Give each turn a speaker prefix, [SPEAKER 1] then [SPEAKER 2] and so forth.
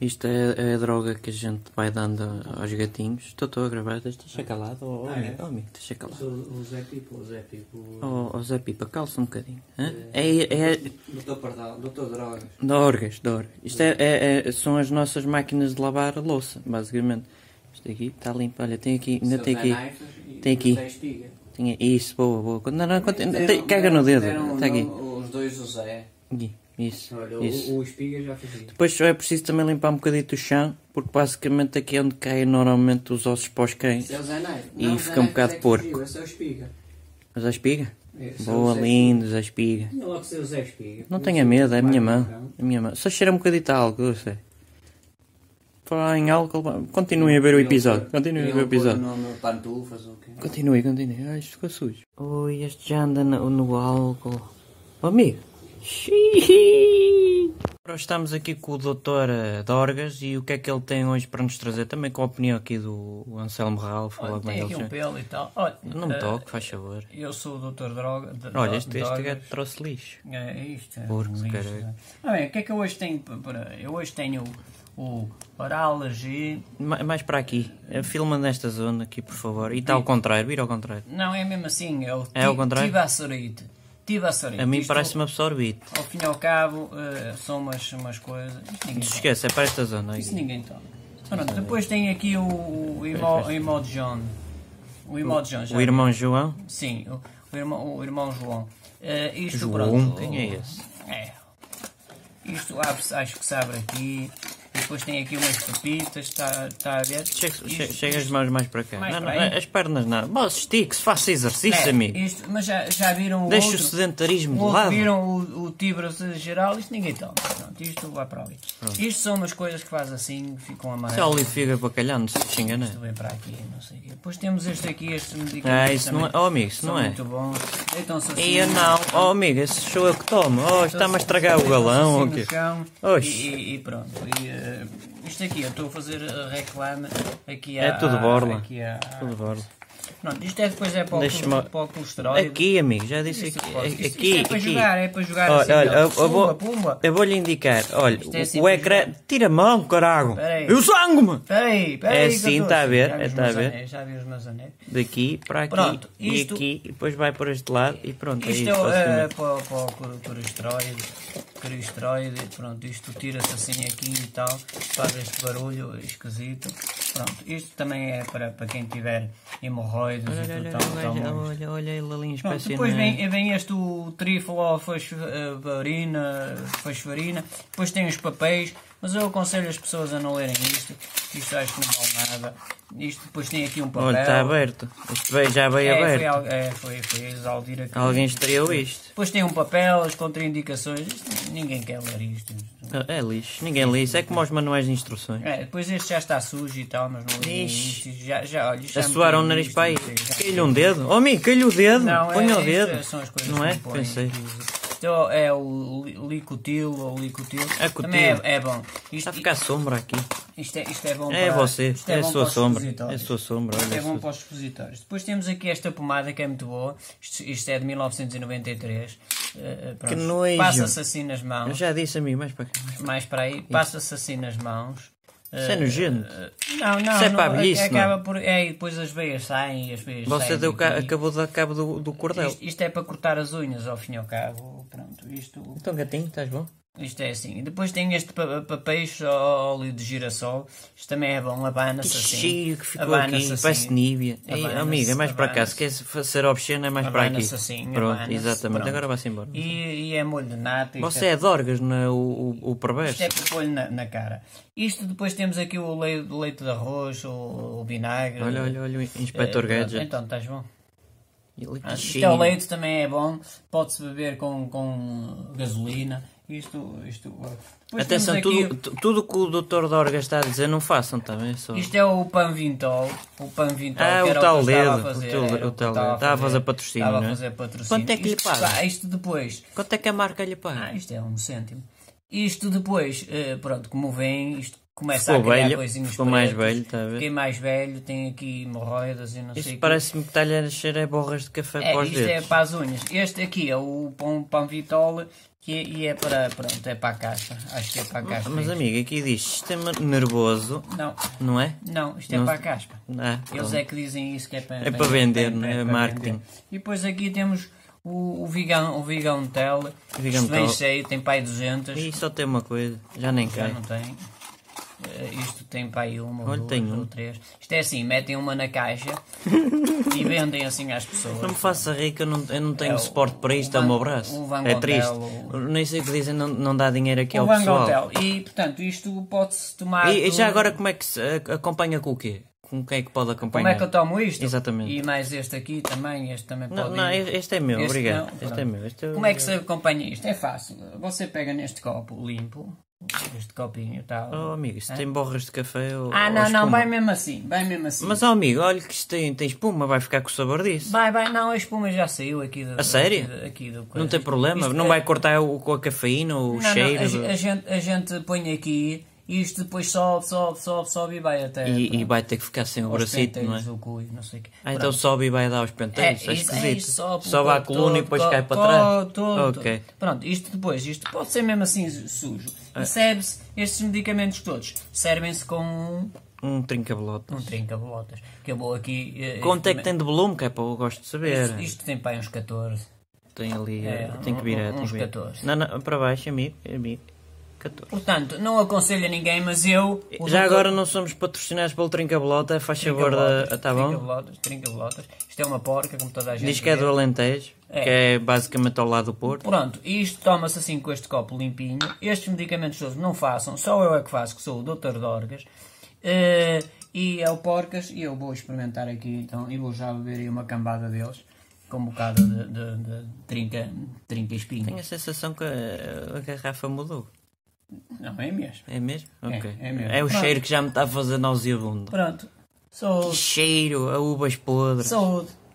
[SPEAKER 1] Isto é, é a droga que a gente vai dando aos gatinhos. Estou, estou a gravar, deixa calado. Oh, oh,
[SPEAKER 2] Ah, é?
[SPEAKER 1] amigo, oh, amigo, deixa calado.
[SPEAKER 2] O, o um Zé Pipo, o Zé Pipo.
[SPEAKER 1] Oh, oh, Zé Pipa, calça um bocadinho. hã? É, é,
[SPEAKER 2] Doutor Pardal, doutor Drogas.
[SPEAKER 1] Dorgas, dorgas. Isto é, é- é- são as nossas máquinas de lavar a louça, basicamente. Isto aqui está limpo. Olha, tem aqui, ainda tem aqui. Tem aqui. Tinha, isso, boa, boa. Quando- Não, não, quando- tem- caga no dedo. Está aqui.
[SPEAKER 2] Os dois o Zé.
[SPEAKER 1] Aqui, Isso,
[SPEAKER 3] Olha,
[SPEAKER 1] isso.
[SPEAKER 3] o, o Espiga já fez isso.
[SPEAKER 1] Depois só é preciso também limpar um bocadito o chão, porque basicamente aqui é onde caem normalmente os ossos para os cães.
[SPEAKER 2] Esse é o Zé Naif.
[SPEAKER 1] E
[SPEAKER 2] Não, o
[SPEAKER 1] fica
[SPEAKER 2] Zé
[SPEAKER 1] um
[SPEAKER 2] Naif
[SPEAKER 1] bocado
[SPEAKER 2] é que
[SPEAKER 1] porco.
[SPEAKER 2] fugiu, Esse é o Espiga.
[SPEAKER 1] Mas a espiga?
[SPEAKER 3] Esse é o
[SPEAKER 1] Boa,
[SPEAKER 3] Zé
[SPEAKER 1] lindos a espiga.
[SPEAKER 3] Espiga. Não é que ser o Zé Espiga.
[SPEAKER 1] Não
[SPEAKER 3] Mas
[SPEAKER 1] tenha
[SPEAKER 3] o-
[SPEAKER 1] medo, é a minha
[SPEAKER 3] Vai,
[SPEAKER 1] mão.
[SPEAKER 3] então.
[SPEAKER 1] É a minha mão. Só cheira um bocadito a álcool, eu sei. Falar em álcool, continuem a ver o
[SPEAKER 2] Ele
[SPEAKER 1] episódio.
[SPEAKER 2] pôr-
[SPEAKER 1] Continuem a ver
[SPEAKER 2] ele
[SPEAKER 1] o episódio.
[SPEAKER 2] pôr No, no pantufas ou o quê?
[SPEAKER 1] Continue, continue. Ai, isto ficou sujo. Ui, este já anda no, no álcool. Ó, Oh, amigo. Xiii. Agora estamos aqui com o Dr. Dorgas e o que é que ele tem hoje para nos trazer? Também com a opinião aqui do Anselmo Ralph. falar como é
[SPEAKER 4] Tem
[SPEAKER 1] que ele
[SPEAKER 4] aqui um
[SPEAKER 1] chama.
[SPEAKER 4] pelo e tal. Olha,
[SPEAKER 1] Não me
[SPEAKER 4] eh,
[SPEAKER 1] toque, faz favor.
[SPEAKER 4] Eu sou o Dr. Droga. de-
[SPEAKER 1] Olha,
[SPEAKER 4] do-
[SPEAKER 1] este, este
[SPEAKER 4] Drogas.
[SPEAKER 1] gato trouxe lixo.
[SPEAKER 4] É isto. é
[SPEAKER 1] Porco,
[SPEAKER 4] um lixo,
[SPEAKER 1] caralho.
[SPEAKER 4] é. Ah, bem, o que é que eu hoje tenho p- para. Eu hoje tenho o oral G.
[SPEAKER 1] Ma- mais para aqui. Eh, Filma nesta zona aqui, por favor. E está ao contrário, vira ao contrário.
[SPEAKER 4] Não é mesmo assim, é o
[SPEAKER 1] É ao contrário?
[SPEAKER 4] Tibassorite. Tibassorite.
[SPEAKER 1] A mim
[SPEAKER 4] Isto,
[SPEAKER 1] parece-me absorvido.
[SPEAKER 4] Ao fim e ao cabo, eh, são umas, umas coisas. Isto ninguém toma.
[SPEAKER 1] Esquece, é para esta zona. aí.
[SPEAKER 4] Isso ninguém toma. Pronto, depois tem aqui o, o irmão, o irmão de John. O irmão de John. já
[SPEAKER 1] É, O irmão João.
[SPEAKER 4] Sim, o, o irmão, o irmão João. Eh, isto
[SPEAKER 1] João?
[SPEAKER 4] pronto.
[SPEAKER 1] Quem é esse?
[SPEAKER 4] É. Isto abre-se, acho que se abre aqui. E Depois tem aqui umas pepitas, está tá a ver?
[SPEAKER 1] Chega,
[SPEAKER 4] Isto-
[SPEAKER 1] che- chega as mãos mais para cá.
[SPEAKER 4] Mais
[SPEAKER 1] não,
[SPEAKER 4] para
[SPEAKER 1] não,
[SPEAKER 4] aí?
[SPEAKER 1] as pernas não. Bom, estique-se, faça exercício,
[SPEAKER 4] é,
[SPEAKER 1] amigo.
[SPEAKER 4] isto- mas já, já viram o
[SPEAKER 1] Deixa o
[SPEAKER 4] outro?
[SPEAKER 1] sedentarismo de
[SPEAKER 4] O outro
[SPEAKER 1] lado.
[SPEAKER 4] Viram o, o Tibras geral? Isto ninguém toma. Pronto, isto vai para ali. Isto são umas coisas que faz assim, ficam
[SPEAKER 1] Se é o
[SPEAKER 4] amarelas.
[SPEAKER 1] Olivo fica bacalhau, não é? sei se te enganei.
[SPEAKER 4] Isto vem para aqui, não sei o quê. Depois temos este aqui, este medicamento.
[SPEAKER 1] Ah, isso não
[SPEAKER 4] também,
[SPEAKER 1] é. Oh, amigo, isso
[SPEAKER 4] são
[SPEAKER 1] não é.
[SPEAKER 4] muito bons. Deitam-se assim.
[SPEAKER 1] E eu não. Oh, amigo, esse sou eu que tomo. Oh, está-me a estragar o galão ou
[SPEAKER 4] Assim no
[SPEAKER 1] quê?
[SPEAKER 4] chão,
[SPEAKER 1] Oxe.
[SPEAKER 4] E, e- e pronto. E, eh, isto aqui, eu estou a fazer eh, reclame aqui
[SPEAKER 1] É
[SPEAKER 4] à-
[SPEAKER 1] tudo borla.
[SPEAKER 4] Aqui à-
[SPEAKER 1] Tudo bordo.
[SPEAKER 4] Pronto, isto é depois é para o,
[SPEAKER 1] Deixa-me-
[SPEAKER 4] para o colesterol.
[SPEAKER 1] Aqui, amigo, já disse
[SPEAKER 4] Isto,
[SPEAKER 1] aqui.
[SPEAKER 4] pode- isto- isto
[SPEAKER 1] Aqui,
[SPEAKER 4] é para
[SPEAKER 1] aqui.
[SPEAKER 4] jogar, é para jogar assim.
[SPEAKER 1] Olha, olha,
[SPEAKER 4] ó.
[SPEAKER 1] eu, eu vou,
[SPEAKER 4] Pumba, pumba.
[SPEAKER 1] eu vou lhe indicar. Olha,
[SPEAKER 4] Isto é assim
[SPEAKER 1] o, o
[SPEAKER 4] para
[SPEAKER 1] ecrã. Tira a mão, caralho.
[SPEAKER 4] Espera aí.
[SPEAKER 1] Eu sango-me!
[SPEAKER 4] Peraí, peraí.
[SPEAKER 1] É
[SPEAKER 4] que eu
[SPEAKER 1] assim,
[SPEAKER 4] tô-
[SPEAKER 1] tá a ver,
[SPEAKER 4] já vi
[SPEAKER 1] é,
[SPEAKER 4] os
[SPEAKER 1] tá a
[SPEAKER 4] meus
[SPEAKER 1] ver.
[SPEAKER 4] anéis, Já vi os meus anéis.
[SPEAKER 1] Daqui para aqui
[SPEAKER 4] Pronto,
[SPEAKER 1] e
[SPEAKER 4] isto-
[SPEAKER 1] aqui, e depois vai para este lado e pronto. é
[SPEAKER 4] Isto
[SPEAKER 1] isso,
[SPEAKER 4] é o- é,
[SPEAKER 1] basicamente.
[SPEAKER 4] para, para o cor- coristeroide, coristeroide, pronto, isto tira-se assim aqui e tal, faz este barulho esquisito. Pronto, isto também é para, para quem tiver hemorroides
[SPEAKER 1] Olha,
[SPEAKER 4] e
[SPEAKER 1] olha,
[SPEAKER 4] tudo tal,
[SPEAKER 1] olha,
[SPEAKER 4] tal,
[SPEAKER 1] olha, olha ele ali em
[SPEAKER 4] Pronto,
[SPEAKER 1] espécie.
[SPEAKER 4] depois
[SPEAKER 1] na-
[SPEAKER 4] vem, vem este o trifolo, fosfarina, eh, fosfarina, depois tem os papéis, mas eu aconselho as pessoas a não lerem isto, isto acho que não vale nada. Isto depois tem aqui um papel.
[SPEAKER 1] Olha, tá está aberto. Isto veio, já veio
[SPEAKER 4] É, foi,
[SPEAKER 1] aberto.
[SPEAKER 4] al- é, foi, foi a Exaldir aqui.
[SPEAKER 1] Alguém estreou isto.
[SPEAKER 4] Depois tem um papel, as contraindicações. Isto- ninguém quer ler isto.
[SPEAKER 1] Ah, É lixo, ninguém lê isso. É como os manuais de instruções.
[SPEAKER 4] É, depois este já está sujo e tal, mas não li
[SPEAKER 1] Ixi.
[SPEAKER 4] isto. Já, já, olha, isto já
[SPEAKER 1] A
[SPEAKER 4] me
[SPEAKER 1] suar o
[SPEAKER 4] tem
[SPEAKER 1] nariz
[SPEAKER 4] isto,
[SPEAKER 1] para aí.
[SPEAKER 4] não sei, já me
[SPEAKER 1] Caiu-lhe um dedo. Oh, amigo, caiu-lhe o dedo.
[SPEAKER 4] Não,
[SPEAKER 1] Põe o
[SPEAKER 4] isto
[SPEAKER 1] dedo.
[SPEAKER 4] São as coisas
[SPEAKER 1] Não
[SPEAKER 4] que
[SPEAKER 1] é?
[SPEAKER 4] me põem
[SPEAKER 1] Pensei.
[SPEAKER 4] aqui. Então é o li- licotil ou licotil.
[SPEAKER 1] Acotil.
[SPEAKER 4] Também é, é bom. Isto,
[SPEAKER 1] Está a ficar sombra aqui.
[SPEAKER 4] isto, é, isto é bom
[SPEAKER 1] É
[SPEAKER 4] para,
[SPEAKER 1] você,
[SPEAKER 4] isto
[SPEAKER 1] é a
[SPEAKER 4] bom
[SPEAKER 1] sua
[SPEAKER 4] para os
[SPEAKER 1] sombra. É a
[SPEAKER 4] expositores.
[SPEAKER 1] sua sombra.
[SPEAKER 4] Isto
[SPEAKER 1] olha
[SPEAKER 4] é
[SPEAKER 1] a
[SPEAKER 4] bom
[SPEAKER 1] sua-
[SPEAKER 4] para os expositores. Depois temos aqui esta pomada que é muito boa. Isto, isto é de 1993. Eh, eh,
[SPEAKER 1] Que
[SPEAKER 4] pronto.
[SPEAKER 1] nojo.
[SPEAKER 4] Passa-se assim nas mãos.
[SPEAKER 1] Eu já disse a mim, mais para cá.
[SPEAKER 4] mais para aí, passa-se assim nas mãos. Eh,
[SPEAKER 1] Isso é nojento.
[SPEAKER 4] Não, não,
[SPEAKER 1] Isso é
[SPEAKER 4] não,
[SPEAKER 1] para a velhice,
[SPEAKER 4] acaba por. É, e depois as veias saem e as veias
[SPEAKER 1] Você
[SPEAKER 4] saem.
[SPEAKER 1] deu
[SPEAKER 4] daqui.
[SPEAKER 1] ca- acabou de dar cabo do, do cordel.
[SPEAKER 4] Isto, isto é para cortar as unhas, ao fim e ao cabo. Pronto, isto, é um
[SPEAKER 1] Então, gatinho, estás bom?
[SPEAKER 4] isto é assim. E depois tem este pa- papéis ó- óleo de girassol. Isto também é bom, abana-se assim.
[SPEAKER 1] Cheio que ficou
[SPEAKER 4] Abana-se
[SPEAKER 1] aqui,
[SPEAKER 4] assim.
[SPEAKER 1] parece níbia. Ei,
[SPEAKER 4] Abana-se,
[SPEAKER 1] Amiga, é mais para cá.
[SPEAKER 4] abana-se.
[SPEAKER 1] Se quer ser obsceno, é mais para aqui.
[SPEAKER 4] Abana-se assim,
[SPEAKER 1] Pronto,
[SPEAKER 4] abana-se,
[SPEAKER 1] exatamente.
[SPEAKER 4] pronto.
[SPEAKER 1] Agora vai-se embora.
[SPEAKER 4] E, e é molho de nata. isto
[SPEAKER 1] Você é Dorgas, não é o, o, o perverso?
[SPEAKER 4] Isto é para pôr-lhe na, na cara. Isto depois temos aqui o leite, leite de arroz, o, o vinagre.
[SPEAKER 1] Olha, olha, olha o
[SPEAKER 4] Eh,
[SPEAKER 1] Inspector
[SPEAKER 4] pronto,
[SPEAKER 1] Gadget.
[SPEAKER 4] Então, estás bom?
[SPEAKER 1] Ele
[SPEAKER 4] Ah,
[SPEAKER 1] que
[SPEAKER 4] Isto é o
[SPEAKER 1] cheio.
[SPEAKER 4] leite também é bom, pode-se beber com, com gasolina. Isto, isto. Depois temos
[SPEAKER 1] Atenção,
[SPEAKER 4] aqui-
[SPEAKER 1] tudo, tu- tudo que o Dr. Dorgas está a dizer, não façam também. Só...
[SPEAKER 4] Isto é o pan vintol, o pan vintol
[SPEAKER 1] Ah,
[SPEAKER 4] que
[SPEAKER 1] o
[SPEAKER 4] era
[SPEAKER 1] tal
[SPEAKER 4] o que eu estava
[SPEAKER 1] dedo,
[SPEAKER 4] a fazer,
[SPEAKER 1] o tal-
[SPEAKER 4] era
[SPEAKER 1] o
[SPEAKER 4] que eu
[SPEAKER 1] tal
[SPEAKER 4] estava
[SPEAKER 1] dedo. Estava a fazer patrocínio,
[SPEAKER 4] estava
[SPEAKER 1] não
[SPEAKER 4] a
[SPEAKER 1] é?
[SPEAKER 4] fazer patrocínio.
[SPEAKER 1] Quanto é que lhe
[SPEAKER 4] Isto-
[SPEAKER 1] paga?
[SPEAKER 4] pá, Isto depois,
[SPEAKER 1] Quanto é que a marca lhe
[SPEAKER 4] Ah,
[SPEAKER 1] paga?
[SPEAKER 4] isto é um cêntimo. Isto depois, eh, pronto, como vem, isto começa
[SPEAKER 1] Ficou
[SPEAKER 4] a criar
[SPEAKER 1] velho,
[SPEAKER 4] coisinhas
[SPEAKER 1] ficou mais
[SPEAKER 4] pretas.
[SPEAKER 1] velho, está a ver?
[SPEAKER 4] Fiquei mais velho, tenho aqui hemorroidas e não sei o
[SPEAKER 1] Isso
[SPEAKER 4] quê.
[SPEAKER 1] parece-me que talher a cheira é borras de café
[SPEAKER 4] É,
[SPEAKER 1] para os
[SPEAKER 4] isto é
[SPEAKER 1] dedos.
[SPEAKER 4] para as unhas. Este aqui é o pão, pão vitola que é, e é para, pronto, é para a caixa. Acho que é para a caixa.
[SPEAKER 1] Ah, Mas amigo, aqui diz sistema nervoso,
[SPEAKER 4] Não,
[SPEAKER 1] não é?
[SPEAKER 4] não, isto é
[SPEAKER 1] Não-
[SPEAKER 4] para a caspa.
[SPEAKER 1] Ah,
[SPEAKER 4] Eles
[SPEAKER 1] pronto.
[SPEAKER 4] é que dizem isso que é para,
[SPEAKER 1] É para vender, não é?
[SPEAKER 4] para
[SPEAKER 1] Marketing.
[SPEAKER 4] vender. E depois aqui temos o, o Vigão, o Vigão Tel.
[SPEAKER 1] Vigão
[SPEAKER 4] Isto vem
[SPEAKER 1] Tel.
[SPEAKER 4] cheio, tem para aí 200.
[SPEAKER 1] E só tem uma coisa, já nem
[SPEAKER 4] Já
[SPEAKER 1] cai.
[SPEAKER 4] não tem. Eh, Isto tem para aí uma,
[SPEAKER 1] Olha,
[SPEAKER 4] duas
[SPEAKER 1] tem um.
[SPEAKER 4] ou três. Isto é assim, metem uma na caixa e vendem assim às pessoas.
[SPEAKER 1] Não me faça rir que eu não, eu não tenho
[SPEAKER 4] É, o-
[SPEAKER 1] suporte para isto,
[SPEAKER 4] o
[SPEAKER 1] é o meu
[SPEAKER 4] Van-
[SPEAKER 1] braço.
[SPEAKER 4] o Van
[SPEAKER 1] é
[SPEAKER 4] Gogh,
[SPEAKER 1] triste.
[SPEAKER 4] o-
[SPEAKER 1] Eu Nem sei o que dizem, não, não dá dinheiro aqui
[SPEAKER 4] o
[SPEAKER 1] ao
[SPEAKER 4] Van ah,
[SPEAKER 1] pessoal.
[SPEAKER 4] Hotel. E portanto, isto pode-se tomar.
[SPEAKER 1] E, e já
[SPEAKER 4] do-
[SPEAKER 1] agora como é que se a- acompanha com o quê? Com quem é que pode acompanhar?
[SPEAKER 4] Como é que eu tomo isto?
[SPEAKER 1] Exatamente.
[SPEAKER 4] E mais este aqui também, este também
[SPEAKER 1] Não,
[SPEAKER 4] pode
[SPEAKER 1] não,
[SPEAKER 4] ir.
[SPEAKER 1] este é meu,
[SPEAKER 4] Este
[SPEAKER 1] obrigado.
[SPEAKER 4] não,
[SPEAKER 1] este é
[SPEAKER 4] pronto.
[SPEAKER 1] meu. Este eu-
[SPEAKER 4] Como é que se acompanha isto? É fácil. Você pega neste copo limpo, este copinho e tal.
[SPEAKER 1] Oh amigo, se
[SPEAKER 4] Hã?
[SPEAKER 1] tem borras de café ou
[SPEAKER 4] É? Ah,
[SPEAKER 1] ou
[SPEAKER 4] não, não,
[SPEAKER 1] espuma?
[SPEAKER 4] vai mesmo assim, vai mesmo assim.
[SPEAKER 1] Mas ó amigo, olha que isto tem, tem espuma, vai ficar com o sabor disso.
[SPEAKER 4] Vai, vai, não, a espuma já saiu aqui do.
[SPEAKER 1] A sério?
[SPEAKER 4] Aqui do, aqui do coisa.
[SPEAKER 1] Não tem problema,
[SPEAKER 4] Isto
[SPEAKER 1] não
[SPEAKER 4] é-
[SPEAKER 1] vai cortar o, com a cafeína ou o
[SPEAKER 4] Não, não,
[SPEAKER 1] cheiro.
[SPEAKER 4] a,
[SPEAKER 1] do-
[SPEAKER 4] ge- a gente, a gente põe aqui, isto depois sobe, sobe, sobe, sobe e vai até.
[SPEAKER 1] e, e
[SPEAKER 4] pronto,
[SPEAKER 1] vai ter que ficar sem o
[SPEAKER 4] aos
[SPEAKER 1] bracito, não é?
[SPEAKER 4] penteiros, O cu, e não sei o quê.
[SPEAKER 1] Ah, então
[SPEAKER 4] Pronto.
[SPEAKER 1] sobe e vai dar aos penteiros, é,
[SPEAKER 4] isso,
[SPEAKER 1] esquisito.
[SPEAKER 4] isso, sobe o
[SPEAKER 1] sobe à
[SPEAKER 4] corpo
[SPEAKER 1] coluna um e
[SPEAKER 4] todo,
[SPEAKER 1] depois
[SPEAKER 4] co-
[SPEAKER 1] cai para
[SPEAKER 4] co-
[SPEAKER 1] trás.
[SPEAKER 4] todo,
[SPEAKER 1] ok. É.
[SPEAKER 4] todo. Pronto, isto depois, isto pode ser mesmo assim sujo. E serve-se, estes medicamentos todos, servem-se com um,
[SPEAKER 1] Um trinca-bolota.
[SPEAKER 4] um trinca-bolotas. Que eu vou aqui... eh,
[SPEAKER 1] Quanto é que tem
[SPEAKER 4] também-
[SPEAKER 1] de volume, que é para eu gosto de saber?
[SPEAKER 4] Isto, isto tem para aí uns 14.
[SPEAKER 1] Tem ali, eh,
[SPEAKER 4] É,
[SPEAKER 1] tem que virar.
[SPEAKER 4] um-
[SPEAKER 1] tem que
[SPEAKER 4] uns
[SPEAKER 1] virar.
[SPEAKER 4] 14.
[SPEAKER 1] Não, não, para baixo, a mim, a mim, 14.
[SPEAKER 4] Portanto, não aconselho a ninguém, mas eu... o doutor-
[SPEAKER 1] Já agora não somos patrocinados pelo trinca-bolota, faz favor
[SPEAKER 4] Trinca-bolotas,
[SPEAKER 1] da... Está bom?
[SPEAKER 4] Trinca-bolotas, trinca-bolotas. Isto é uma porca, como toda a gente
[SPEAKER 1] Diz que é do Alentejo,
[SPEAKER 4] É. Então,
[SPEAKER 1] que é basicamente ao lado do Porto.
[SPEAKER 4] Pronto, e isto toma-se assim com este copo limpinho. Estes medicamentos todos não façam, só eu é que faço, que sou o Dr. Dorgas. Eh, e é o Porcas, e eu vou experimentar aqui então, e vou já beber aí uma cambada deles, com um bocado de, de, de trinca, trinca
[SPEAKER 1] Tenho
[SPEAKER 4] espinho.
[SPEAKER 1] a sensação que eh, a, a garrafa mudou.
[SPEAKER 4] Não é mesmo?
[SPEAKER 1] É mesmo? Ok.
[SPEAKER 4] é mesmo.
[SPEAKER 1] o
[SPEAKER 4] Pronto.
[SPEAKER 1] um cheiro que já me está a fazer nauseabundo.
[SPEAKER 4] Pronto,
[SPEAKER 1] Que
[SPEAKER 4] saúde,
[SPEAKER 1] cheiro a uvas podres.
[SPEAKER 4] saúde.